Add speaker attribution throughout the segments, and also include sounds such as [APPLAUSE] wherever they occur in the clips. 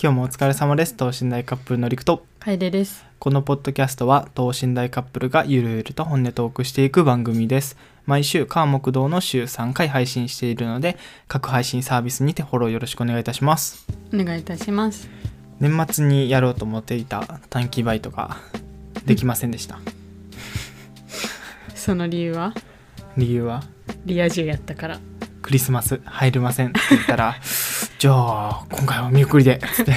Speaker 1: 今日もお疲れ様です等身大カップルのりくと
Speaker 2: 楓です。
Speaker 1: このポッドキャストは等身大カップルがゆるゆると本音トークしていく番組です毎週火木道の週3回配信しているので各配信サービスにてフォローよろしくお願いいたします
Speaker 2: お願いいたします。
Speaker 1: 年末にやろうと思っていた短期バイトができませんでした
Speaker 2: その理由は
Speaker 1: 理由は
Speaker 2: リア充やったから。
Speaker 1: クリスマス入れませんって言ったらじゃあ今回は見送りでつって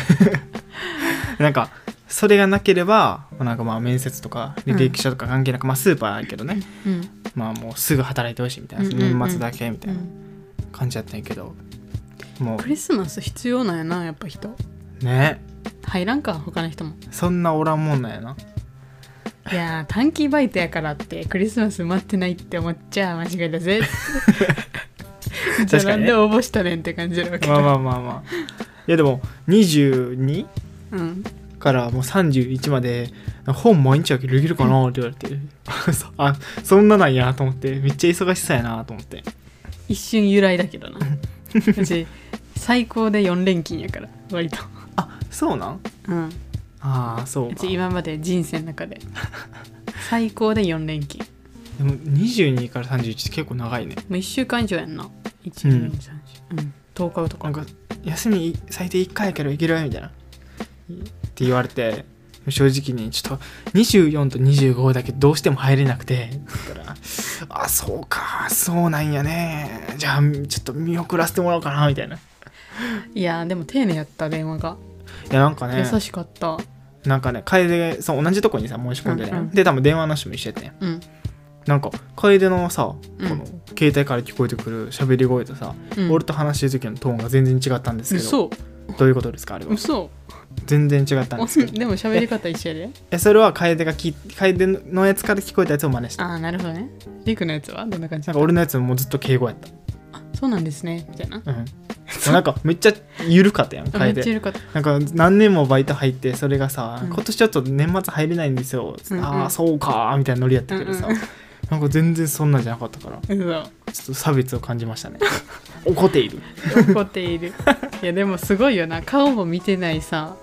Speaker 1: [LAUGHS] なんかそれがなければもうなんかまあ面接とか履歴書とか関係なく、まあスーパーやけどね
Speaker 2: うん。
Speaker 1: まあもうすぐ働いてほしいみたいな、
Speaker 2: うんうんうん
Speaker 1: 年末だけみた
Speaker 2: う、
Speaker 1: いなん感じやったんやけども
Speaker 2: クリスマス必要なんやな、やっぱ人。
Speaker 1: うね
Speaker 2: 入らんか、他の人も。
Speaker 1: そんなおらんもんなんやない
Speaker 2: やー、短期バイトやからって、クリスマス待ってないって思っちゃ間違いだ [LAUGHS] ぜ。じゃあ
Speaker 1: 確か
Speaker 2: な
Speaker 1: に
Speaker 2: ん
Speaker 1: ね
Speaker 2: で応募したねんって感じるわけだ。
Speaker 1: まあまあまあまあ [LAUGHS] いやでも22
Speaker 2: うん。
Speaker 1: からもう31まで本毎日はできるかなって言われて [LAUGHS] そあそんななんやと思ってめっちゃ忙しそうやなと思って
Speaker 2: 一瞬由来だけど [LAUGHS] な。うち、最高で4連勤やから、割と。
Speaker 1: あそうなん
Speaker 2: うん。
Speaker 1: ああそう
Speaker 2: う
Speaker 1: か
Speaker 2: ち
Speaker 1: でも
Speaker 2: 今まで人生の中で。最高で4連勤。
Speaker 1: 22から31って結構長いね
Speaker 2: もう1週間以上やんな
Speaker 1: うん
Speaker 2: 1234うん10日と
Speaker 1: な
Speaker 2: か
Speaker 1: んか休み最低1回やけどいけるみたいなって言われて正直にちょっと24と25だけどうしても入れなくてだから「あそうかそうなんやねじゃあちょっと見送らせてもらおうかな」みたいない
Speaker 2: いやーでも丁寧やった電話が、
Speaker 1: やなんかね
Speaker 2: 優しかった
Speaker 1: なんかね楓がそう同じとこにさ申し込んでね、
Speaker 2: うんうん
Speaker 1: で多分電話の人も一緒やってん
Speaker 2: うん
Speaker 1: なんか楓のさこ
Speaker 2: うん
Speaker 1: の携帯から聞こえてくる喋り声とさ、
Speaker 2: うん
Speaker 1: 俺と話してる時のトーンが全然違ったんですけど
Speaker 2: 嘘
Speaker 1: どういうことですかあれは
Speaker 2: 嘘
Speaker 1: 全然違ったん
Speaker 2: [LAUGHS]
Speaker 1: ですけど
Speaker 2: でも喋り方一緒やで
Speaker 1: えそれは楓がき楓のやつから聞こえたやつを真似した
Speaker 2: ああなるほどねリクのやつはどんな感じ
Speaker 1: なんか俺のやつももうずっと敬語やっ
Speaker 2: あそうなんですねみたいな [LAUGHS]
Speaker 1: たうんなんかめっちゃ緩かったやん
Speaker 2: めっちゃ
Speaker 1: 楓
Speaker 2: よかった
Speaker 1: なんか何年もバイト入ってそれがさ、
Speaker 2: うん
Speaker 1: 今年ちょっと年末入れないんですよ、
Speaker 2: うんうん
Speaker 1: ああそうかーみたいなノリやったけどさ、
Speaker 2: うんう
Speaker 1: なんか全然そんなんじゃなかったからち
Speaker 2: 嘘
Speaker 1: ょっと差別を感じま
Speaker 2: [LAUGHS]
Speaker 1: したね怒っている
Speaker 2: 怒って [LAUGHS] いるいやでもすごいよな顔も見てないさ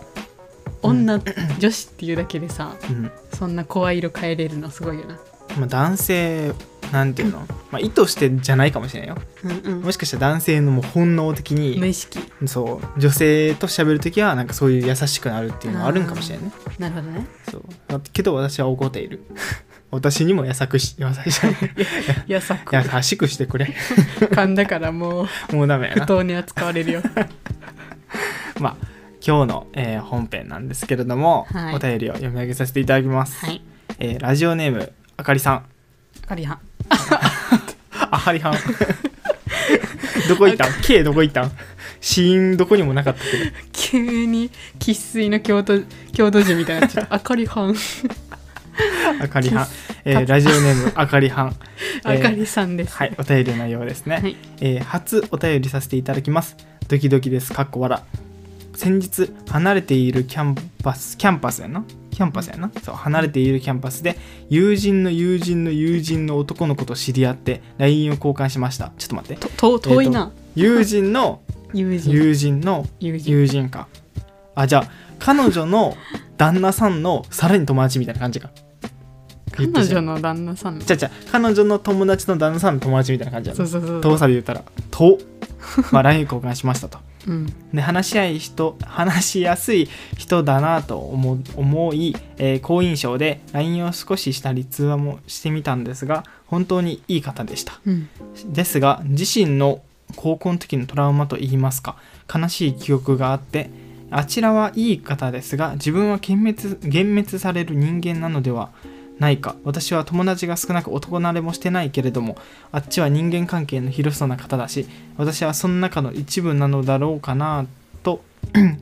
Speaker 2: 女、女子っていうだけでさ
Speaker 1: うん
Speaker 2: そんな声色変えれるのすごいよな
Speaker 1: まあ男性なんていうの、まあ、意図してじゃないかもしれないよ
Speaker 2: うん
Speaker 1: もしかしたら男性のもう本能的
Speaker 2: 無
Speaker 1: に
Speaker 2: 意識
Speaker 1: そう女性と喋るときはなんかそういう優しくなるっていうのはあるんかもしれないね
Speaker 2: なるほど [LAUGHS] ね
Speaker 1: そうだけど私は怒っている [LAUGHS] 私にも優しくし優し
Speaker 2: やさく
Speaker 1: 優しくしてくれ [LAUGHS]
Speaker 2: 噛んだからもう
Speaker 1: もうダメや
Speaker 2: 不
Speaker 1: な
Speaker 2: 当に扱われるよ
Speaker 1: まあ今日の、えー本編なんですけれども、
Speaker 2: はい
Speaker 1: お便りを読み上げさせていただきます、
Speaker 2: はい
Speaker 1: えーラジオネームあかりさん
Speaker 2: ありはん
Speaker 1: [LAUGHS] あはりはん [LAUGHS] どこ行ったん ?K どこ行ったん死因どこにもなかったけど
Speaker 2: 急に生粋の京都郷土人みたいなちょっとあかりはん
Speaker 1: あかり [LAUGHS] はん、えーラジオネームあかりはん、え
Speaker 2: あ
Speaker 1: ー
Speaker 2: かりさんです、
Speaker 1: はい、お便りの内容ですね、
Speaker 2: はい
Speaker 1: えー初お便りさせていただきますドキドキですかっこ笑先日離れているキャンパスキャンパスやなキャンパスやなそう離れているキャンパスで友人の友人の友人の男の子と知り合って LINE を交換しましたちょっと待って
Speaker 2: とと遠いな、
Speaker 1: 友人
Speaker 2: [LAUGHS]
Speaker 1: の
Speaker 2: 友人
Speaker 1: 友人の
Speaker 2: 友人
Speaker 1: 友人かあじゃあ彼女の旦那さんのさらに友達みたいな感じか
Speaker 2: 彼女の旦那さんの
Speaker 1: じゃじゃ彼女の友達の旦那さんの友達みたいな感じやな
Speaker 2: そうそうそう
Speaker 1: 遠さで言ったら「と」まあ LINE 交換しましたと。
Speaker 2: うん
Speaker 1: で話し合い人話しやすい人だなと思思い、えー好印象で LINE を少ししたり通話もしてみたんですが本当にいい方でした
Speaker 2: うん
Speaker 1: ですが自身の高校の時のトラウマといいますか悲しい記憶があってあちらはいい方ですが自分は幻滅幻滅される人間なのではないか私は友達が少なく男慣れもしてないけれどもあっちは人間関係の広そうな方だし私はその中の一部なのだろうかなとん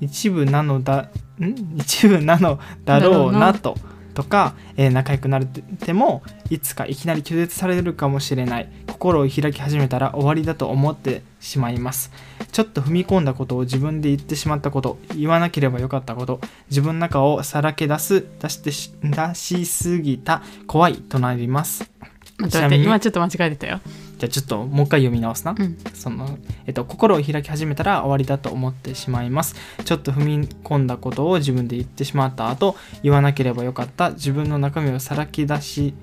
Speaker 1: 一部なのだん一部なのだろうなととか、えー仲良くなれてもいつかいきなり拒絶されるかもしれない心を開き始めたら終わりだと思ってしまいますちょっと踏み込んだことを自分で言ってしまったこと言わなければよかったこと自分の中をさらけ出す出してし出しすぎた怖いとなります
Speaker 2: 待って
Speaker 1: ちな
Speaker 2: 待っ
Speaker 1: み
Speaker 2: て
Speaker 1: に
Speaker 2: 今ちょっと間違えてたよ
Speaker 1: じゃあちょっともう一回読み直すな
Speaker 2: うん
Speaker 1: その、えっと、心を開き始めたら終わりだと思ってしまいますちょっと踏み込んだことを自分で言ってしまった後言わなければよかった自分の中身をさらき出し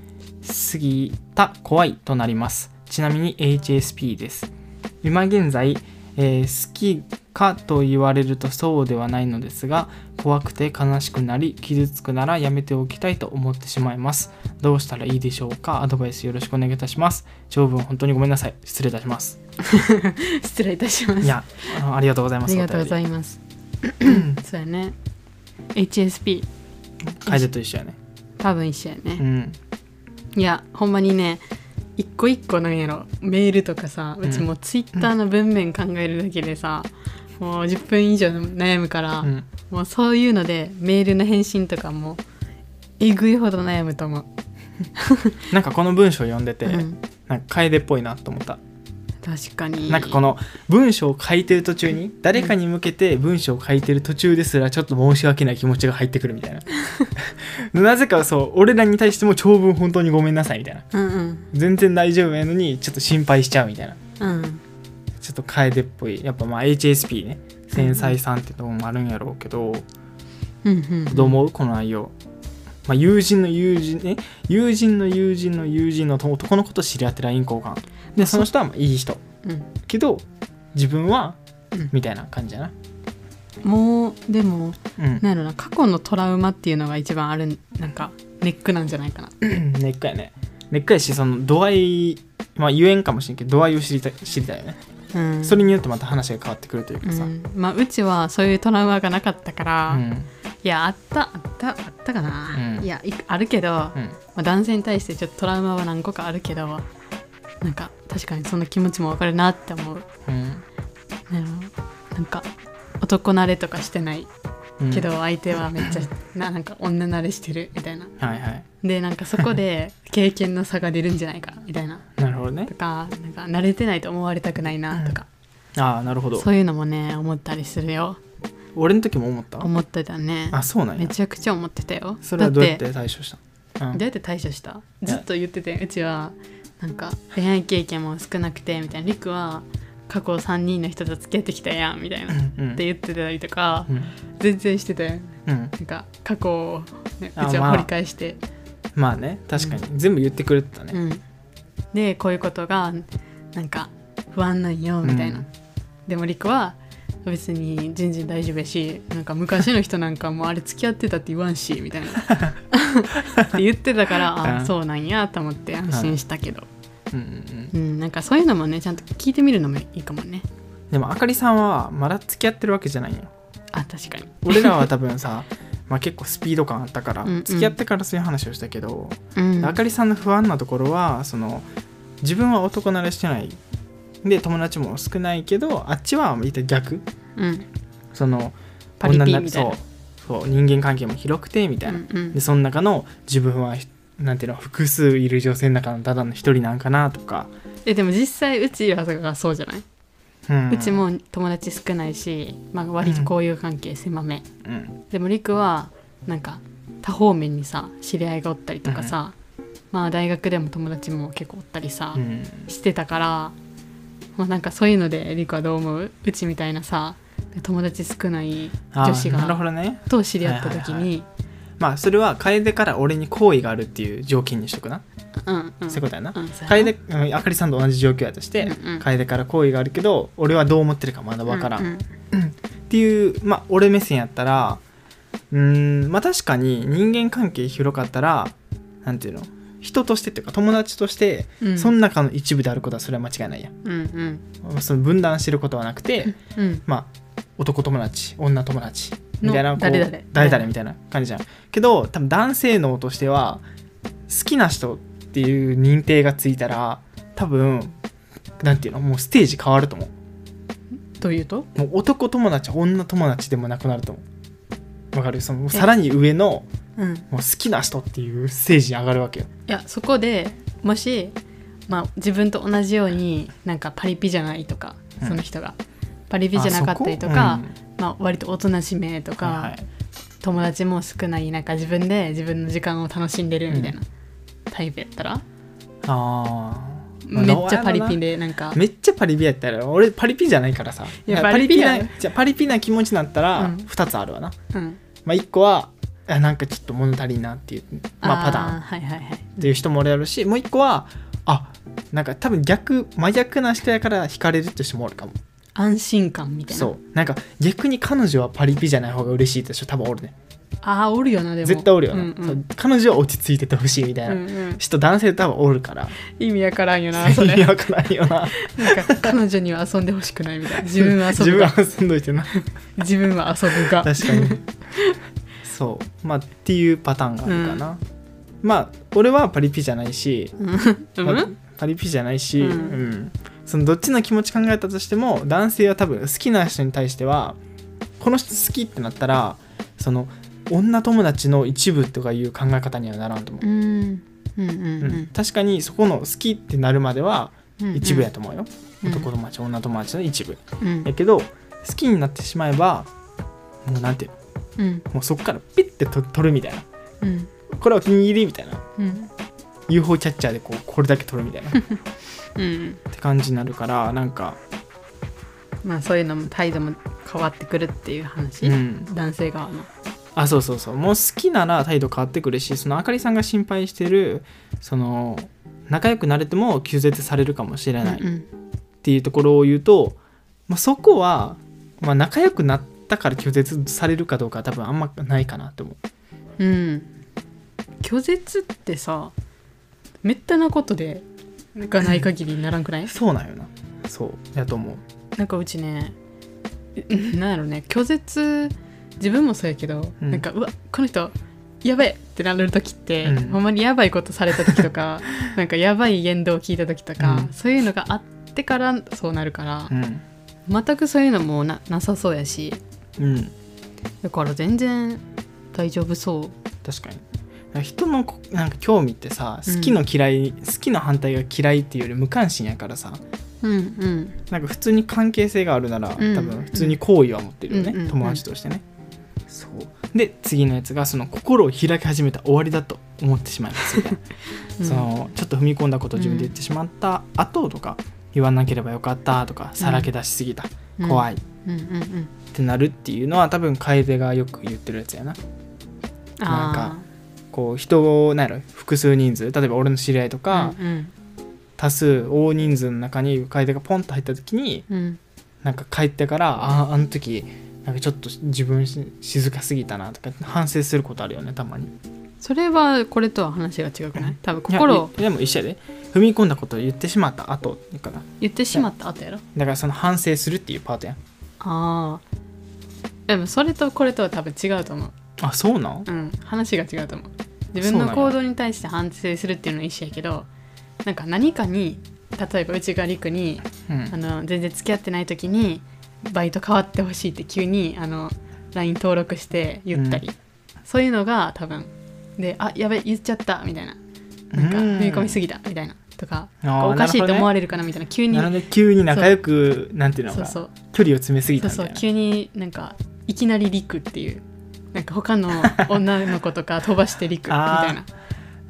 Speaker 1: すぎた怖いとなりますちなみに HSP です今現在、えー好きかと言われるとそうではないのですが怖くて悲しくなり傷つくならやめておきたいと思ってしまいますどうしたらいいでしょうかアドバイスよろしくお願いいたします長文本当にごめんなさい失礼いたします
Speaker 2: 失礼いたします [LAUGHS]
Speaker 1: いや、あのありがとうござい
Speaker 2: あ
Speaker 1: ます。
Speaker 2: りがとうござ
Speaker 1: い
Speaker 2: います
Speaker 1: [CLEARS THROAT]
Speaker 2: そうやね HSP
Speaker 1: カイゼと一緒やね。
Speaker 2: 多分一緒やね、
Speaker 1: うん。
Speaker 2: いやほんまにね一個一個なんやろメールとかさ
Speaker 1: う
Speaker 2: うんちもツイッターの文面考えるだけでさ、もう10分以上悩むから、
Speaker 1: うん。
Speaker 2: もうそういうのでメールの返信とかもえぐいほど悩むと思う、
Speaker 1: なんかこの文章を読んでて、
Speaker 2: うん
Speaker 1: なんかカエデっぽいなと思った。
Speaker 2: 確かに
Speaker 1: なんかこの文章を書いてる途中に、誰かに向けて文章を書いてる途中ですら、ちょっと申し訳ない気持ちが入ってくるみたいな。 [LAUGHS] なぜかそう、俺らに対しても長文本当にごめんなさいみたいな。
Speaker 2: うんうん
Speaker 1: 全然大丈夫やのに、ちょっと心配しちゃうみたいな。
Speaker 2: うん
Speaker 1: ちょっとカエデっぽい。やっぱまあ HSP ね。繊細さんってとこもあるんやろうけど、
Speaker 2: うんうん
Speaker 1: どう思うこの内容。まあ、友人の友人ね友人の友人の友人のと男の子と知り合って LINE 交換でその人はまあいい人
Speaker 2: うん
Speaker 1: けど自分は、
Speaker 2: うん
Speaker 1: みたいな感じやな
Speaker 2: もうでも
Speaker 1: うん
Speaker 2: なんやろな過去のトラウマっていうのが一番あるなんかネックなんじゃないかな
Speaker 1: 根っこやね根っこやしその度合いまあ言えんかもしれんけど度合いを知りたい知りたいよね、
Speaker 2: うん
Speaker 1: それによってまた話が変わってくるというかさ、
Speaker 2: う
Speaker 1: うん
Speaker 2: んまあうちはそういうトラウマがなかったから、
Speaker 1: うん
Speaker 2: いやあったあったあったかな、
Speaker 1: うん
Speaker 2: いやいあるけど、まあ、男性に対してちょっとトラウマは何個かあるけどなんか確かにその気持ちもわかるなって思う
Speaker 1: うん
Speaker 2: なるほどなんか男慣れとかしてない
Speaker 1: うん
Speaker 2: けど
Speaker 1: は
Speaker 2: 相手はめっちゃ、ななんか女慣れしてるみたいない
Speaker 1: はい
Speaker 2: でなんかそこで経験の差が出るんじゃないかみたいな
Speaker 1: なるほどね
Speaker 2: とかなんか慣れてないと思われたくないなとか、
Speaker 1: ああなるほど
Speaker 2: そういうのもね思ったりするよ
Speaker 1: 俺の時も思った
Speaker 2: 思ってたね
Speaker 1: あそうなん
Speaker 2: め
Speaker 1: や
Speaker 2: ちゃくちゃ思ってたよ
Speaker 1: それはどうやっ
Speaker 2: だ
Speaker 1: て対処したのうん
Speaker 2: どうやって対処した
Speaker 1: い
Speaker 2: ず
Speaker 1: や
Speaker 2: っと言っててうちはなんか恋愛経験も少なくてみたいなりくは過去3人の人と付き合ってきたやんみたいな、
Speaker 1: うんうん
Speaker 2: って言ってたりとか、
Speaker 1: うん
Speaker 2: 全然してたよ
Speaker 1: うん
Speaker 2: なんか過去を、ね、
Speaker 1: あ
Speaker 2: うち
Speaker 1: ま
Speaker 2: は
Speaker 1: あ
Speaker 2: 掘り返して、
Speaker 1: まあね確かに、全部言ってくれてたね、
Speaker 2: うん、でこういうことがなんか不安なんよみたいな、
Speaker 1: うん
Speaker 2: でもりくは別に全然大丈夫やしなんか昔の人なんかもうあれ付き合ってたって言わんし
Speaker 1: [LAUGHS]
Speaker 2: みたいなって言ってたから
Speaker 1: う
Speaker 2: あ
Speaker 1: ん
Speaker 2: そうなんやと思って安心したけど、
Speaker 1: うんうん
Speaker 2: うん、なんかそういうのもねちゃんと聞いてみるのもいいかもね
Speaker 1: うん、でもあかりさんはまだ付き合ってるわけじゃないよ
Speaker 2: あ確かに
Speaker 1: 俺らは多分さ [LAUGHS] まあ結構スピード感あったから
Speaker 2: うんうん
Speaker 1: 付き合ってからそういう話をしたけど、
Speaker 2: うん
Speaker 1: あかりさんの不安なところはその自分は男慣れしてないで友達も少ないけどあっちは一体逆
Speaker 2: うん
Speaker 1: その
Speaker 2: パリピ
Speaker 1: 女にな
Speaker 2: みたいな
Speaker 1: そうそう人間関係も広くてみた
Speaker 2: う
Speaker 1: いな、
Speaker 2: んうん
Speaker 1: でその中の自分はなんていうの複数いる女性の中のただの一人なんかなとか、
Speaker 2: えでも実際うちらがそうじゃない、
Speaker 1: うん
Speaker 2: うち、も友達少ないし、まあ、割と交友関係狭め、
Speaker 1: うん
Speaker 2: でもりくはなんか多方面にさ知り合いがおったりとかさ、まあ大学でも友達も結構おったりさ、
Speaker 1: うん、
Speaker 2: してたからまあなんかそういうのでりくはどう思ううちみたいなさ友達少ない
Speaker 1: あー
Speaker 2: 女子
Speaker 1: なるほ
Speaker 2: が
Speaker 1: どね
Speaker 2: と知り合った時
Speaker 1: はいはい
Speaker 2: に
Speaker 1: まあそれは楓から俺に好意があるっていう条件にしとくな、
Speaker 2: うんうん
Speaker 1: そういうことやな、
Speaker 2: うんそうやな
Speaker 1: 楓うんあかりさんと同じ状況やとして、
Speaker 2: うんうん
Speaker 1: 楓から好意があるけど俺はどう思ってるかまだ分からん、
Speaker 2: う
Speaker 1: っ
Speaker 2: ん
Speaker 1: ていうまあ俺目線やったらうーんまあ確かに人間関係広かったらなんていうの人としてっていうか友達として、
Speaker 2: うん
Speaker 1: その中の一部であることはそれは間違いないやん
Speaker 2: うんうん
Speaker 1: その分断してることはなくて、
Speaker 2: うん
Speaker 1: まあ男友達女友達みたいなこ
Speaker 2: の
Speaker 1: う
Speaker 2: 誰々
Speaker 1: 誰々みたいな感じじゃんけど多分男性脳としては好きな人っていう認定がついたら多分なんていうのもうステージ変わると思う
Speaker 2: というと
Speaker 1: もう男友達女友達でもなくなると思うわかるそのさらに上の
Speaker 2: うんい
Speaker 1: もう好きな人っていうステージに上がるわけよ
Speaker 2: やそこでもし、まあ、自分と同じようになんかパリピじゃないとか
Speaker 1: うん
Speaker 2: その人が、パリピじゃなかったりとか、まあ、割とおとなしめと
Speaker 1: あそこう
Speaker 2: か、
Speaker 1: んはいはい
Speaker 2: 友達も少ない中自分で自分の時間を楽しんでるみたいなタイプやったら、
Speaker 1: あまあ
Speaker 2: めっちゃパリ
Speaker 1: どうやろ
Speaker 2: ピ
Speaker 1: う
Speaker 2: でなんか
Speaker 1: なめっちゃパリピやったら俺パリピじゃないからさ
Speaker 2: いや
Speaker 1: パリピな
Speaker 2: パリピ
Speaker 1: じゃあパリピな気持ちになったら
Speaker 2: うん
Speaker 1: 2つあるわな、
Speaker 2: うん
Speaker 1: まあ、1個はあなんかちょっと物足りんなっていう、まあ、パターン
Speaker 2: ー
Speaker 1: っ
Speaker 2: はいはいはい
Speaker 1: ていう人もおるやろしもう1個はあなんか多分逆真逆な人やから惹かれるって人もおるかも
Speaker 2: 安心感みたいな
Speaker 1: そうなんか逆に彼女はパリピじゃない方が嬉しいって人多分おるね
Speaker 2: ああおるよなでも
Speaker 1: 絶対おるよな、
Speaker 2: うんうん
Speaker 1: そう彼女は落ち着いててほしいみたいな、
Speaker 2: うんうん
Speaker 1: 人男性多分おるから
Speaker 2: 意味わからんよ [LAUGHS] なそれ
Speaker 1: [LAUGHS] 意味わからんよな
Speaker 2: なんか彼女には遊んでほしくないみたいな [LAUGHS] 自分は遊
Speaker 1: 自
Speaker 2: ぶ
Speaker 1: 分
Speaker 2: が
Speaker 1: は遊んどいてな
Speaker 2: 自分は遊ぶが
Speaker 1: 確か
Speaker 2: [LAUGHS]
Speaker 1: にそうまあっていうパターンがあるかな、まあ俺はパリピじゃないし、
Speaker 2: うんう
Speaker 1: まあ
Speaker 2: ん
Speaker 1: パリピじゃないし、
Speaker 2: うん
Speaker 1: うんそのどっちの気持ち考えたとしても男性は多分好きな人に対してはこの人好きってなったらその女友達の一部とかいう考え方にはならんと思う、
Speaker 2: うんうんうん
Speaker 1: うん確かにそこの好きってなるまでは
Speaker 2: うん
Speaker 1: 一部やと思うよ、
Speaker 2: うん
Speaker 1: 男友達女友達の一部
Speaker 2: うん
Speaker 1: やけど好きになってしまえばもうなんていうの
Speaker 2: うん
Speaker 1: もうそこからピッてと取るみたいな
Speaker 2: うん
Speaker 1: これはお気に入りみたいな
Speaker 2: うん
Speaker 1: UFO キャッチャーでこうこれだけ取るみたいなっ
Speaker 2: うん
Speaker 1: て感じになるからなんか、
Speaker 2: まあそういうのも態度も変わってくるっていう話、
Speaker 1: うん、
Speaker 2: 男性側の
Speaker 1: あそうそうそうもう好きなら態度変わってくるしそのあかりさんが心配してるその仲良くなれても拒絶されるかもしれないっ
Speaker 2: うん
Speaker 1: ていうところを言うと、まあ、そこは、まあ、仲良くなったから拒絶されるかどうかは多分あんまないかなって思う。
Speaker 2: うん、うん拒絶ってさめったなことでがない限りならんくない
Speaker 1: そうなんよなそうやと思う。
Speaker 2: なんかうちねえなんやろね拒絶自分もそうやけど、
Speaker 1: うん
Speaker 2: なんかうわこの人やべえってなる時って、
Speaker 1: うん
Speaker 2: ほんまにやばいことされた時
Speaker 1: [LAUGHS]
Speaker 2: とかなんかやばい言動を聞いた時とか、
Speaker 1: うん
Speaker 2: そういうのがあってからそうなるから
Speaker 1: う、ん、
Speaker 2: 全くそういうのもななさそうやし
Speaker 1: うん
Speaker 2: だから全然大丈夫そ
Speaker 1: 確かになんか人のこなんか興味ってさ
Speaker 2: うん
Speaker 1: 好きの嫌い、好きの反対が嫌いっていうより無関心やからさ
Speaker 2: ううんうん
Speaker 1: なんか普通に関係性があるなら、
Speaker 2: うん
Speaker 1: 多分普通に好意は持ってるよね、
Speaker 2: うんうんうん
Speaker 1: 友達としてね、そうで次のやつがその心を開き始めた終わりだと思ってしまいます
Speaker 2: [LAUGHS]
Speaker 1: みたいな
Speaker 2: うん
Speaker 1: そのちょっと踏み込んだことを自分で言ってしまった後とか言わなければよかったとかさらけ出しすぎた、怖
Speaker 2: い
Speaker 1: いっ
Speaker 2: うんうんうん
Speaker 1: てなるっていうのは多分楓がよく言ってるやつやななんか
Speaker 2: あ
Speaker 1: こう人をなんやろ複数人数例えば俺の知り合いと
Speaker 2: ー
Speaker 1: か、
Speaker 2: うん
Speaker 1: 多数大人数の中に楓がポンと入った時に
Speaker 2: うんうん
Speaker 1: なんか帰ってからああの時なんかちょっと自分し静かすぎたなとか反省することあるよねたまに
Speaker 2: それはこれとは話が違くない多分心を
Speaker 1: いやでも一緒やで踏み込んだことを言ってしまった後だから
Speaker 2: 言ってしまった後やろ
Speaker 1: だからその反省するっていうパートやん
Speaker 2: ああでもそれとこれとは多分違うと思う、
Speaker 1: あそうなん
Speaker 2: うん、話が違うと思う自
Speaker 1: そう
Speaker 2: 分
Speaker 1: なん
Speaker 2: の
Speaker 1: や
Speaker 2: 行動に対して反省するっていうのは一緒やけどなんか何かに例えばうちがりくに
Speaker 1: うん
Speaker 2: あの全然付き合ってない時にバイト変わってほしいって急にあの LINE 登録して言ったり、そういうのが多分で「あやべ言っちゃった」みたいななんか
Speaker 1: うん
Speaker 2: 踏み込みすぎたみたいなとか
Speaker 1: あー
Speaker 2: おかしい
Speaker 1: なるほど
Speaker 2: と
Speaker 1: ね
Speaker 2: 思われるかなみたいな急に
Speaker 1: なので急に仲良くなんていうの
Speaker 2: そう
Speaker 1: か
Speaker 2: そう
Speaker 1: 距離を詰めすぎた
Speaker 2: そう
Speaker 1: みた
Speaker 2: そ
Speaker 1: いうな
Speaker 2: 急になんかいきなり陸っていうなんか他
Speaker 1: [LAUGHS]
Speaker 2: の女の子とか飛ばして陸み
Speaker 1: あー
Speaker 2: たいな、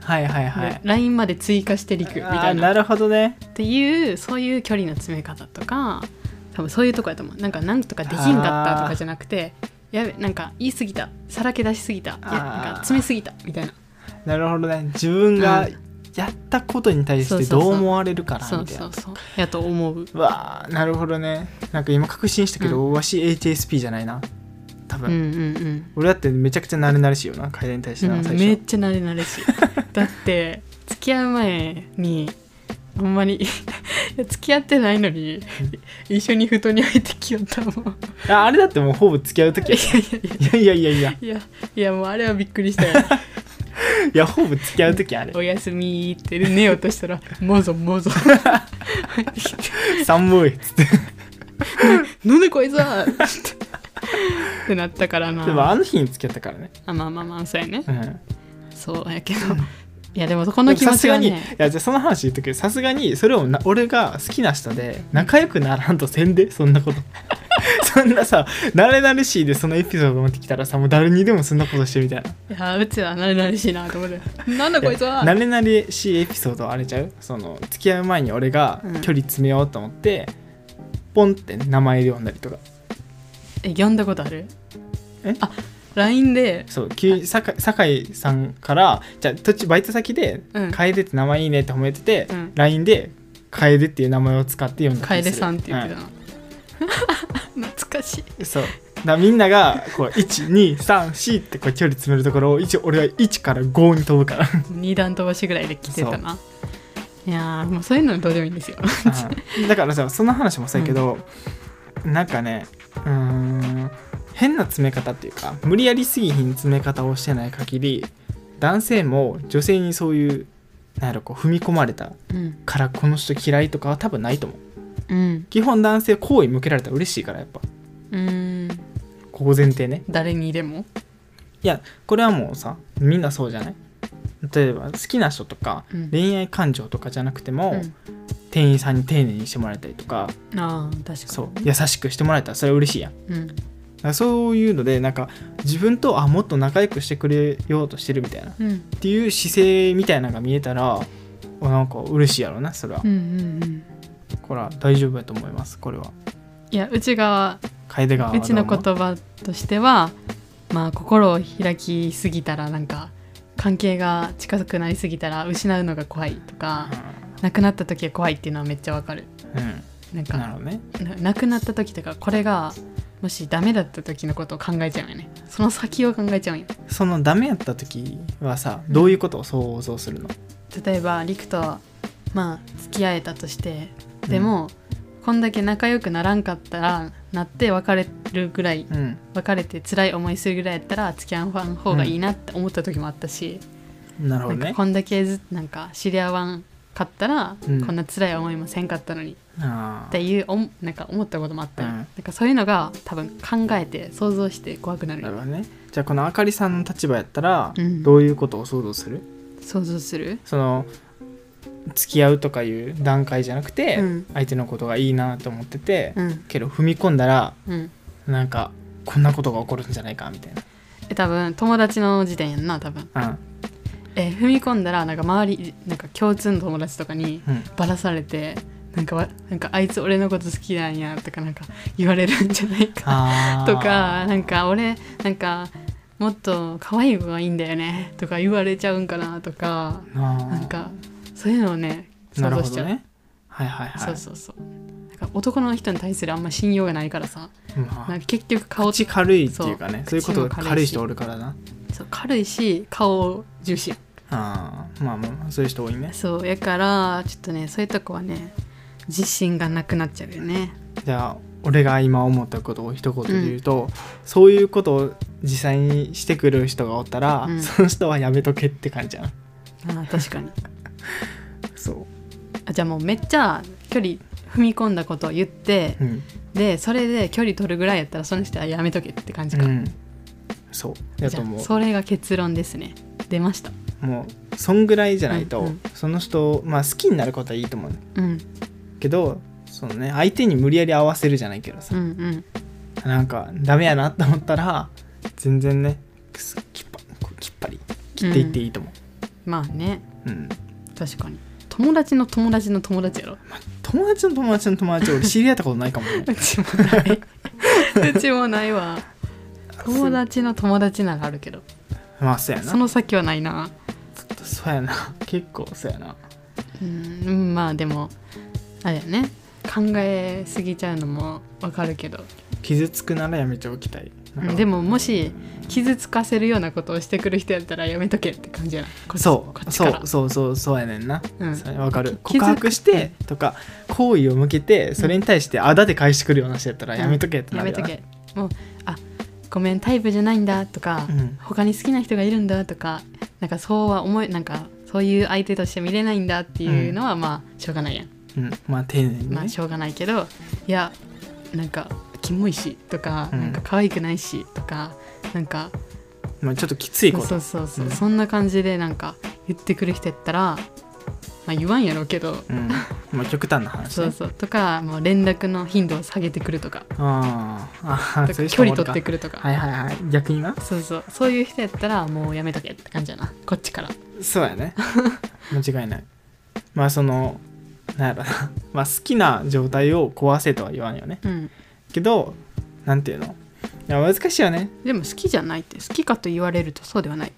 Speaker 1: はいはいは
Speaker 2: で
Speaker 1: い
Speaker 2: LINE まで追加して陸みた
Speaker 1: あ
Speaker 2: い
Speaker 1: ー
Speaker 2: な
Speaker 1: なるほどね
Speaker 2: っていうそういう距離の詰め方とか多分そういうとこやと思うなんかなんとかできんかったとかじゃなくてやべなんか言い過ぎたさらけ出しすぎたいや
Speaker 1: あー
Speaker 2: なんか詰めすぎたみたいな
Speaker 1: なるほどね自分が
Speaker 2: うん
Speaker 1: やったことに対し
Speaker 2: そう
Speaker 1: て
Speaker 2: そう
Speaker 1: ど
Speaker 2: そう
Speaker 1: う思われるからみたい
Speaker 2: そ
Speaker 1: な
Speaker 2: うそうそうやと思う
Speaker 1: わあなるほどねなんか今確信したけど、わし HSP じゃないな多
Speaker 2: うん
Speaker 1: 分、
Speaker 2: うん
Speaker 1: 俺だってめちゃくちゃ慣れ慣れしいよな楓に対して
Speaker 2: うん、
Speaker 1: な、
Speaker 2: うん、
Speaker 1: 最
Speaker 2: め
Speaker 1: 初
Speaker 2: っちゃ慣れ慣
Speaker 1: [LAUGHS]
Speaker 2: れしいだって付き合う前にほんまに [LAUGHS] 付き合ってないのに一緒に布団に入ってきよったもんい
Speaker 1: ああれだってもうほぼ付き合う
Speaker 2: [LAUGHS]
Speaker 1: 時や
Speaker 2: やいやいや
Speaker 1: いやいやいやいや
Speaker 2: いやいやもうあれはびっくりしたよ
Speaker 1: [LAUGHS] いやほぼ付き合う時あれ
Speaker 2: [LAUGHS] おやすみーってで寝ようとしたら「もぞ
Speaker 1: [LAUGHS]
Speaker 2: もぞ」
Speaker 1: 寒いっつって
Speaker 2: 「なんでこいつは!」ってなったからな
Speaker 1: でもあの日に付き合ったからね
Speaker 2: あまあまあまあそうやね
Speaker 1: うん
Speaker 2: そうやけどいやでもそこの気持ちは
Speaker 1: でもさすがに
Speaker 2: ね
Speaker 1: いやじゃあその話言っとくけどさすがにそれをな俺が好きな人で仲良くならんとせんでそんなこと [LAUGHS] そんなさ慣れ慣れしいでそのエピソード持ってきたらさもう誰にでもそんなことしてみたいない
Speaker 2: やうちは慣れ慣れしいなと思ってなんだこいつは
Speaker 1: 慣れ慣れしいエピソードあれちゃうその付き合う前に俺が
Speaker 2: うん
Speaker 1: 距離詰めようと思って、ポンって名前で呼んだりとか
Speaker 2: え読んだことある
Speaker 1: え
Speaker 2: あ LINE で
Speaker 1: そう急に酒酒井さんからじゃあ途中バイト先で
Speaker 2: う
Speaker 1: 「
Speaker 2: ん
Speaker 1: 楓って名前いいね」って褒めてて、
Speaker 2: うん
Speaker 1: LINE で「楓っていう名前を使って呼んだり
Speaker 2: 楓さんって言ってた
Speaker 1: は
Speaker 2: の、 [LAUGHS] 懐かしい
Speaker 1: いそうだからみんながこう1234ってこう距離詰めるところを一応俺は1から5に飛ぶから
Speaker 2: 二段飛ばしぐらいで来てたないやーもうそういうのどうでもいいんですよ
Speaker 1: うんだからさその話もそうやけど、なんかねうーん変な詰め方っていうか無理やりすぎひん詰め方をしてない限り男性も女性にそういうなんやろこう踏み込まれた
Speaker 2: うん
Speaker 1: からこの人嫌いとかは多分ないと思う
Speaker 2: うん
Speaker 1: 基本男性好意向けられたら嬉しいからやっぱ
Speaker 2: うん
Speaker 1: ここ前提ね
Speaker 2: 誰にでも
Speaker 1: いやこれはもうさみんなそうじゃない例えば好きな人とか、
Speaker 2: うん
Speaker 1: 恋愛感情とかじゃなくても、
Speaker 2: うん
Speaker 1: 店員さんに丁寧にしてもらえたりとか
Speaker 2: ああ確かに
Speaker 1: そう優しくしてもらえたらそれは嬉しいやん
Speaker 2: うん
Speaker 1: だからそういうのでなんか自分とあもっと仲良くしてくれようとしてるみたいなっ
Speaker 2: うん
Speaker 1: ていう姿勢みたいなのが見えたらあなんか嬉しいやろなそれは、
Speaker 2: うんうんうん
Speaker 1: これは大丈夫やと思いますこれはい
Speaker 2: やうちが
Speaker 1: 楓川は
Speaker 2: うちの
Speaker 1: ど思
Speaker 2: 言葉としてはまあ心を開きすぎたらなんか関係が近くなりすぎたら失うのが怖いとかなくなった時が怖いっていうのはめっちゃわかる
Speaker 1: うん、
Speaker 2: なん
Speaker 1: うん、
Speaker 2: か
Speaker 1: なるほどね
Speaker 2: ななくなった時とかこれがもしダメだった時のことを考えちゃうんよねその先を考えちゃうんよ
Speaker 1: そのダメやった時はさどういうことを想像するの、
Speaker 2: 例えば陸とまあ付き合えたとしてでも、こんだけ仲良くならんかったらなって別れるぐらい
Speaker 1: うん、
Speaker 2: 別れて辛い思いするぐらいやったら付き合わん方がいいなって思った時もあったし、
Speaker 1: なるほど
Speaker 2: なんか
Speaker 1: ね
Speaker 2: こんだけずなんか知り合わんかったら、
Speaker 1: うん
Speaker 2: こんな辛い思いもせんかったのに
Speaker 1: あ
Speaker 2: っ
Speaker 1: ー
Speaker 2: ていうおんなんか思ったこともあったよ、
Speaker 1: うん
Speaker 2: なんかそういうのが多分考えて想像して怖くなる
Speaker 1: な
Speaker 2: よ
Speaker 1: るほどねじゃあこのあかりさんの立場やったら、
Speaker 2: うん
Speaker 1: どういうことを想像する
Speaker 2: 想像する
Speaker 1: その付き合うとかいう段階じゃなくて、
Speaker 2: うん
Speaker 1: 相手のことがいいなと思ってて、
Speaker 2: うん
Speaker 1: けど踏み込んだら
Speaker 2: うん
Speaker 1: なんかこんなことが起こるんじゃないかみたい
Speaker 2: え多分友達の時点やんな多分
Speaker 1: な。
Speaker 2: え踏み込んだらなんか周りなんか共通の友達 [LAUGHS] とかに
Speaker 1: うん、うん、
Speaker 2: バラされてなんかわなんかあいつ俺のこと好きなんやとかなんか言われるんじゃないか
Speaker 1: あー
Speaker 2: とかなんか俺なんかもっと可愛い子がいいんだよねとか言われちゃうんかなとか
Speaker 1: あー
Speaker 2: なんかそういうのをね
Speaker 1: な
Speaker 2: 想
Speaker 1: る
Speaker 2: 像
Speaker 1: ほ
Speaker 2: しち
Speaker 1: ど
Speaker 2: ゃう、
Speaker 1: ね。はいはいはい。
Speaker 2: そうそうそうなんか男の人に対するあんま信用がないからさ
Speaker 1: ま
Speaker 2: な
Speaker 1: あ
Speaker 2: んか結局顔
Speaker 1: 口軽いっていうかねそ
Speaker 2: そうう
Speaker 1: いうことが
Speaker 2: 口も
Speaker 1: 軽
Speaker 2: 軽
Speaker 1: い
Speaker 2: いし
Speaker 1: 人おるからな。
Speaker 2: そう軽いし顔重視やん
Speaker 1: あーまあまあまあそういう人多いね。
Speaker 2: そうやからちょっとねそういうとこはね自信がなくなっちゃうよね
Speaker 1: じゃあ俺が今思ったことを一言で言うと、そういうことを実際にしてくる人がおったら、
Speaker 2: うん
Speaker 1: その人はやめとけって感じじゃん。
Speaker 2: あー確かに
Speaker 1: そ
Speaker 2: あじゃあもうめっちゃ距離踏み込んだことを言って
Speaker 1: う。うん。
Speaker 2: でそれで距離取るぐらいやったらその人はやめとけって感じか、
Speaker 1: うん、そうや
Speaker 2: じ
Speaker 1: と
Speaker 2: ゃ
Speaker 1: 思
Speaker 2: あ
Speaker 1: う。
Speaker 2: それが結論ですね出ました
Speaker 1: もうそんぐらいじゃないと、
Speaker 2: うんうん
Speaker 1: その人をまあ好きになることはいいと思う
Speaker 2: うん
Speaker 1: けどそのね相手に無理やり合わせるじゃないけど
Speaker 2: う
Speaker 1: さ、
Speaker 2: んうん
Speaker 1: なんかダメやなと思ったら全然ねくすきっぱきっぱり切っていっていいと思
Speaker 2: まあね
Speaker 1: う、うん
Speaker 2: 確かに友達の友達の友達やろ
Speaker 1: 友達の友達の友達俺知り合ったことないかも
Speaker 2: [LAUGHS]
Speaker 1: ね
Speaker 2: うちもないうちもないわ友達の友達ならあるけど
Speaker 1: まあそうやな
Speaker 2: その先はないな
Speaker 1: そうやな [LAUGHS] 結構そうやな
Speaker 2: うんうんまあでもあれやね考えすぎちゃうのもわかるけど
Speaker 1: 傷つくならやめておきたい
Speaker 2: うんでももし傷つかせるようなことをしてくる人やったらやめとけって感じやなこっち
Speaker 1: そ
Speaker 2: こっ
Speaker 1: う
Speaker 2: ちか
Speaker 1: そ
Speaker 2: ら
Speaker 1: うそうそうそうやねんな
Speaker 2: うん
Speaker 1: それわかる
Speaker 2: き
Speaker 1: 告白してとか好意を向けてそれに対してあだで返してくるような人やったらやめとけってなる
Speaker 2: やめ
Speaker 1: よ
Speaker 2: と
Speaker 1: な
Speaker 2: けもうあごめんタイプじゃないんだとか、
Speaker 1: うん
Speaker 2: 他に好きな人がいるんだとかなんかそうは思いなんかそういう相手として見れないんだっていうのはまあしょうがないやん、
Speaker 1: うんまあ丁寧にね
Speaker 2: まあしょうがないけどいやなんかキモいしとか、
Speaker 1: うん
Speaker 2: なんか可愛くないしとかなんか
Speaker 1: まあちょっときついこ
Speaker 2: そ
Speaker 1: と
Speaker 2: うそうそう、
Speaker 1: うん
Speaker 2: そんな感じでなんか言ってくる人やったら、まあ、言わんやろうけど、
Speaker 1: うんまあ極端な話
Speaker 2: そ
Speaker 1: ね
Speaker 2: うそうとかもう連絡の頻度を下げてくるとか
Speaker 1: あーあー
Speaker 2: とか
Speaker 1: そういう人
Speaker 2: 距
Speaker 1: も
Speaker 2: 離
Speaker 1: おる
Speaker 2: 取
Speaker 1: か
Speaker 2: ってくるとか、
Speaker 1: はいはいはい逆にな
Speaker 2: そうそうそういう人やったらもうやめとけって感じやなこっちから
Speaker 1: そうや
Speaker 2: [LAUGHS]
Speaker 1: ね間違いないまあそのなんやろなまあ好きな状態を壊せとは言わんよね
Speaker 2: うん
Speaker 1: けどなんていうのいや難しいよね
Speaker 2: でも好きじゃないって好きかと言われるとそうではない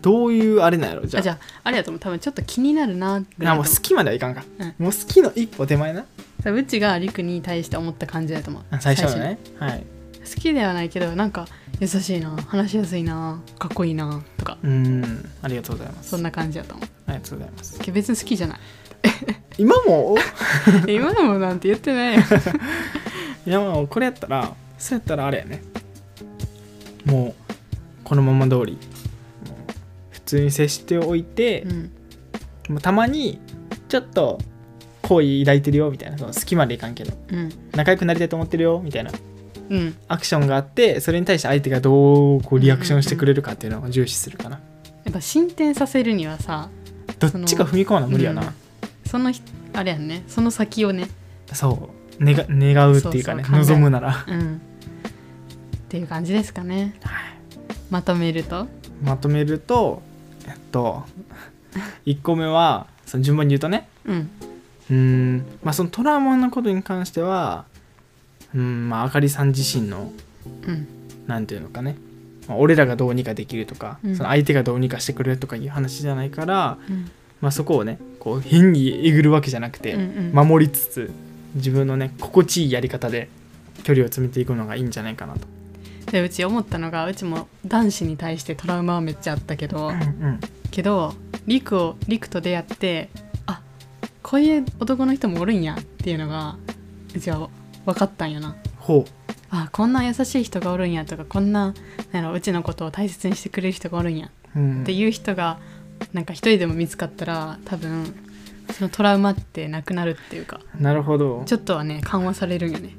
Speaker 1: どういうあれなんやろじゃ
Speaker 2: あ
Speaker 1: あ
Speaker 2: じゃああれやと思う多分ちょっと気になるなぐら
Speaker 1: あ
Speaker 2: い
Speaker 1: も
Speaker 2: だ
Speaker 1: う好
Speaker 2: と思
Speaker 1: きまではいかんか、
Speaker 2: うん
Speaker 1: もう好きの一歩手前な
Speaker 2: ううちがりくに対して思った感じだと思う
Speaker 1: あ最初のねはい
Speaker 2: 最初に好きではないけどなんか優しいな話しやすいなかっこいいなとか
Speaker 1: うーんありがとうございます
Speaker 2: そんな感じだと思う
Speaker 1: ありがとうございます
Speaker 2: けど別に好きじ
Speaker 1: [LAUGHS]
Speaker 2: ゃない
Speaker 1: 今も
Speaker 2: 今のもなんて言ってないよ
Speaker 1: いやもうこれやったらそうやったらあれやねもうこのまま通りもう普通に接しておいて、
Speaker 2: うん
Speaker 1: もうたまにちょっと好意抱いてるよみたいなその好きまでいかんけど
Speaker 2: うん
Speaker 1: 仲良くなりたいと思ってるよみたいな
Speaker 2: うん
Speaker 1: アクションがあってそれに対して相手がどうこうリアクションしてくれるかっていうのを重視するかな、
Speaker 2: やっぱ進展させるにはさ
Speaker 1: どっちか踏み込むのは無理やな、
Speaker 2: うんそのひあれやんねその先をね
Speaker 1: そう願願うっていうかね
Speaker 2: そうそう考え
Speaker 1: 望むなら
Speaker 2: うんっていう感じですかねまとめると
Speaker 1: まとめるとえっと1個目はその順番に言うとね
Speaker 2: うん
Speaker 1: うーんまあそのトラウマのことに関してはうーんまああかりさん自身の
Speaker 2: うん
Speaker 1: なんていうのかね、まあ俺らがどうにかできるとか、
Speaker 2: うん
Speaker 1: その相手がどうにかしてくれるとかいう話じゃないから、
Speaker 2: うん
Speaker 1: まあ、そこをねこう変にえぐるわけじゃなく
Speaker 2: うんう
Speaker 1: て、
Speaker 2: ん
Speaker 1: 守りつつ自分のね心地いいやり方で距離を詰めていくのがいいんじゃないかなと。
Speaker 2: でうち思ったのがうちも男子に対してトラウマはめっちゃあったけど
Speaker 1: うん
Speaker 2: けどリクをリクと出会ってあこういう男の人もおるんやっていうのがうちは分かったんよな
Speaker 1: ほ
Speaker 2: あこんな優しい人がおるんやとかこんななんやろうちのことを大切にしてくれる人がおるんや
Speaker 1: う、うん
Speaker 2: っていう人がなんか一人でも見つかったら多分そのトラウマってなくなるっていうか
Speaker 1: なるほど
Speaker 2: ちょっとはね緩和されるんよね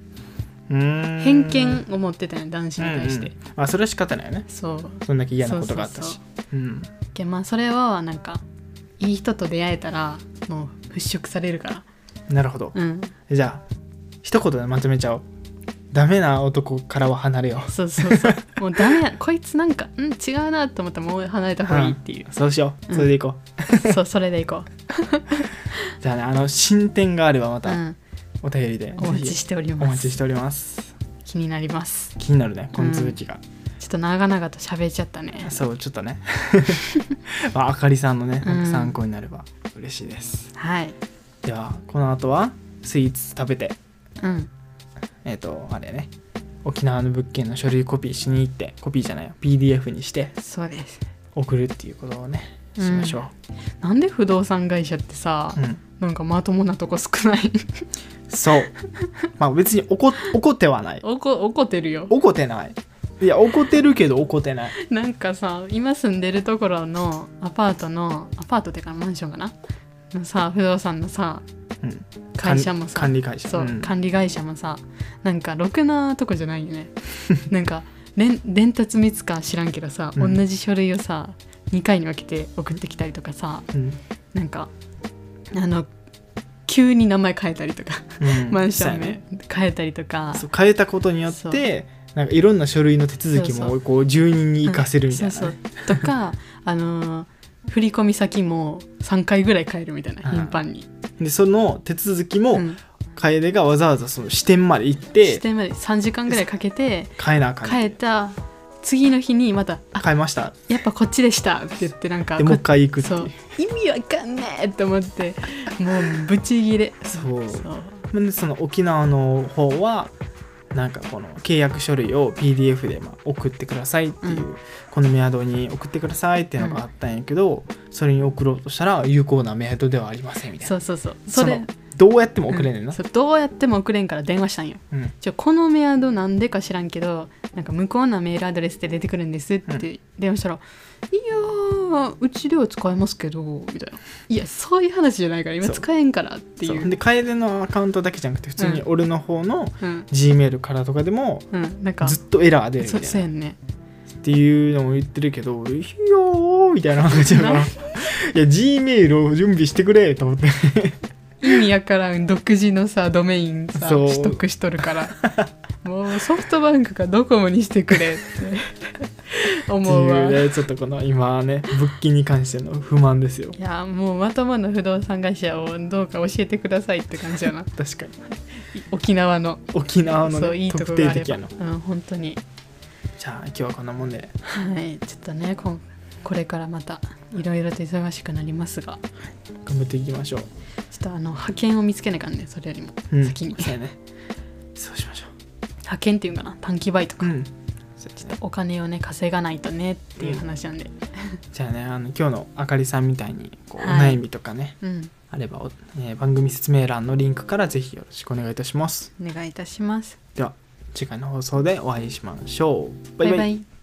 Speaker 1: うーん
Speaker 2: 偏見を持ってたよね男子に対して、
Speaker 1: うんうんまあ、それは仕方ないよね
Speaker 2: そう
Speaker 1: そんだけ嫌なことがあったし
Speaker 2: そ
Speaker 1: う
Speaker 2: う
Speaker 1: ん
Speaker 2: けまあそれはなんかいい人と出会えたらもう払拭されるから
Speaker 1: なるほど、
Speaker 2: うん
Speaker 1: じゃあ一言でまとめちゃおうダメな男からは離れよう
Speaker 2: そうそう
Speaker 1: [LAUGHS]
Speaker 2: そうもうダメやこいつなんかうん違うなと思ったらもう離れた方がいいっていう、
Speaker 1: そうしようそれでいこう、
Speaker 2: そうそれでいこ
Speaker 1: じゃあねあの進展があればま [LAUGHS]
Speaker 2: う、う
Speaker 1: た
Speaker 2: ん、
Speaker 1: お便りで
Speaker 2: お待
Speaker 1: ぜ
Speaker 2: ち
Speaker 1: ひ
Speaker 2: しており
Speaker 1: お
Speaker 2: ま
Speaker 1: 待
Speaker 2: す
Speaker 1: ちしております
Speaker 2: 気になります
Speaker 1: 気になるねこの続きが、
Speaker 2: ちょっと長々と喋っちゃったね
Speaker 1: そうちょっとね [LAUGHS] まああかりさんのね
Speaker 2: うん
Speaker 1: なんか参考になれば嬉しいです、
Speaker 2: はい
Speaker 1: ではこの後はスイーツ食べて
Speaker 2: うん
Speaker 1: えっ、とあれね沖縄の物件の書類コピーしに行ってコピーじゃないよ PDF にして
Speaker 2: そうです
Speaker 1: 送るっていうことをねしましょ
Speaker 2: なんで不動産会社ってさ
Speaker 1: う、、うん
Speaker 2: なんかまともなとこ少ない [LAUGHS]
Speaker 1: そう [LAUGHS] まあ別に怒怒ってはない
Speaker 2: 怒怒ってるよ
Speaker 1: 怒ってないいや怒ってるけど怒ってない
Speaker 2: なんかさ今住んでるところのアパートのアパートっていうかマンションかなのさ不動産のさ
Speaker 1: うん
Speaker 2: 会社もさ
Speaker 1: 管理会社
Speaker 2: そう、
Speaker 1: ん
Speaker 2: 管理会社もさなんかろくなとこじゃないよね [LAUGHS] なんか連伝達密か知らんけどさ、
Speaker 1: うん
Speaker 2: 同じ書類をさ2回に分けて送ってきたりとかさ
Speaker 1: うん
Speaker 2: なんかあの急に名前変えたりとか、
Speaker 1: うん
Speaker 2: マンション
Speaker 1: そうや
Speaker 2: 名
Speaker 1: ね
Speaker 2: 変えたりとか
Speaker 1: そう変えたことによ
Speaker 2: そ
Speaker 1: ってなんかいろんな書類の手続き
Speaker 2: そうそ
Speaker 1: もこう住人に行かせるみたい
Speaker 2: うんそ
Speaker 1: な
Speaker 2: う
Speaker 1: ね
Speaker 2: そうとか [LAUGHS] あのー振り込み先も3回ぐらい変えるみたいな
Speaker 1: あ
Speaker 2: 頻繁に、
Speaker 1: でその手続き
Speaker 2: う
Speaker 1: も
Speaker 2: ん、
Speaker 1: 楓がわざわざその支店まで行っ
Speaker 2: しててまで3時間ぐらいかけて
Speaker 1: 変えなあかん
Speaker 2: 変えた次の日にまた「あ
Speaker 1: 変えました
Speaker 2: やっぱこっちでした」って言ってなんか
Speaker 1: でもう一
Speaker 2: こ
Speaker 1: 回行くってい
Speaker 2: そうう意味わかんねえと思ってもうブチギレ
Speaker 1: そう
Speaker 2: そう
Speaker 1: でその沖縄の方はなんかこの契約書類を PDF でまあ送ってくださいっていう、
Speaker 2: うん
Speaker 1: このメアドに送ってくださいっていうのがあったんやけど、それに送ろうとしたら有効なメアドではありませんみたい
Speaker 2: そ
Speaker 1: な
Speaker 2: うそうそうそれ
Speaker 1: のどうやっても送れねえ
Speaker 2: うん
Speaker 1: な、
Speaker 2: そうどうやっても送れんから電話したんよ
Speaker 1: うん
Speaker 2: ちょこのメアドなんでか知らんけどなんか向こうのメールアドレスで出てくるんですって電話したら「いやーうちでは使えますけど」みたいな「いやそういう話じゃないから今
Speaker 1: そう
Speaker 2: 使えんから」って
Speaker 1: そ
Speaker 2: いうう
Speaker 1: で楓のアカウントだけじゃなくて普通に
Speaker 2: う
Speaker 1: 俺の方の
Speaker 2: うん
Speaker 1: Gmail からとかでも
Speaker 2: うんなんか
Speaker 1: ずっとエラー出る
Speaker 2: そ
Speaker 1: み
Speaker 2: そう
Speaker 1: たい
Speaker 2: や
Speaker 1: なん
Speaker 2: ね
Speaker 1: っていうのも言ってるけど「いやー」みたいな話だ [LAUGHS] からい
Speaker 2: な
Speaker 1: や G メールを準備してくれと思って
Speaker 2: 意味やからん独自のさドメインさ
Speaker 1: そう
Speaker 2: 取得しとるから
Speaker 1: [LAUGHS]
Speaker 2: もうソフトバンクかドコモにしてくれって
Speaker 1: って
Speaker 2: 思う
Speaker 1: いう
Speaker 2: わ
Speaker 1: ねちょっとこの今ね物件に関しての不満ですよ
Speaker 2: いやもうまともな不動産会社をどうか教えてくださいって感じやな
Speaker 1: 確かに
Speaker 2: 沖縄の
Speaker 1: 沖縄の、
Speaker 2: そう
Speaker 1: ね、
Speaker 2: いいとこ
Speaker 1: 特定
Speaker 2: があれ
Speaker 1: 的
Speaker 2: ば
Speaker 1: やな
Speaker 2: うん本当に
Speaker 1: じゃあ今日はこんなもんで
Speaker 2: はいちょっとねこんこれからまたいろいろと忙しくなりますがちょ
Speaker 1: 頑張っていきましょ
Speaker 2: っとあの派遣を見つけなきゃねそれよりも
Speaker 1: う、うん、
Speaker 2: 先に
Speaker 1: そうやねそうしましょ
Speaker 2: 派遣っていうかな短期バイト
Speaker 1: う
Speaker 2: か、
Speaker 1: うんそうやね
Speaker 2: お金をね稼がないとねっていう話なんで
Speaker 1: じゃあねあの今日のあかりさんみたいにこう、
Speaker 2: はい
Speaker 1: お悩みとかね
Speaker 2: うん
Speaker 1: あればお、えー番組説明欄のリンクからぜひよろしくお願いいたします
Speaker 2: お願いいたします
Speaker 1: では次回の放送でお会いしましょう
Speaker 2: バイバイ
Speaker 1: バイバイ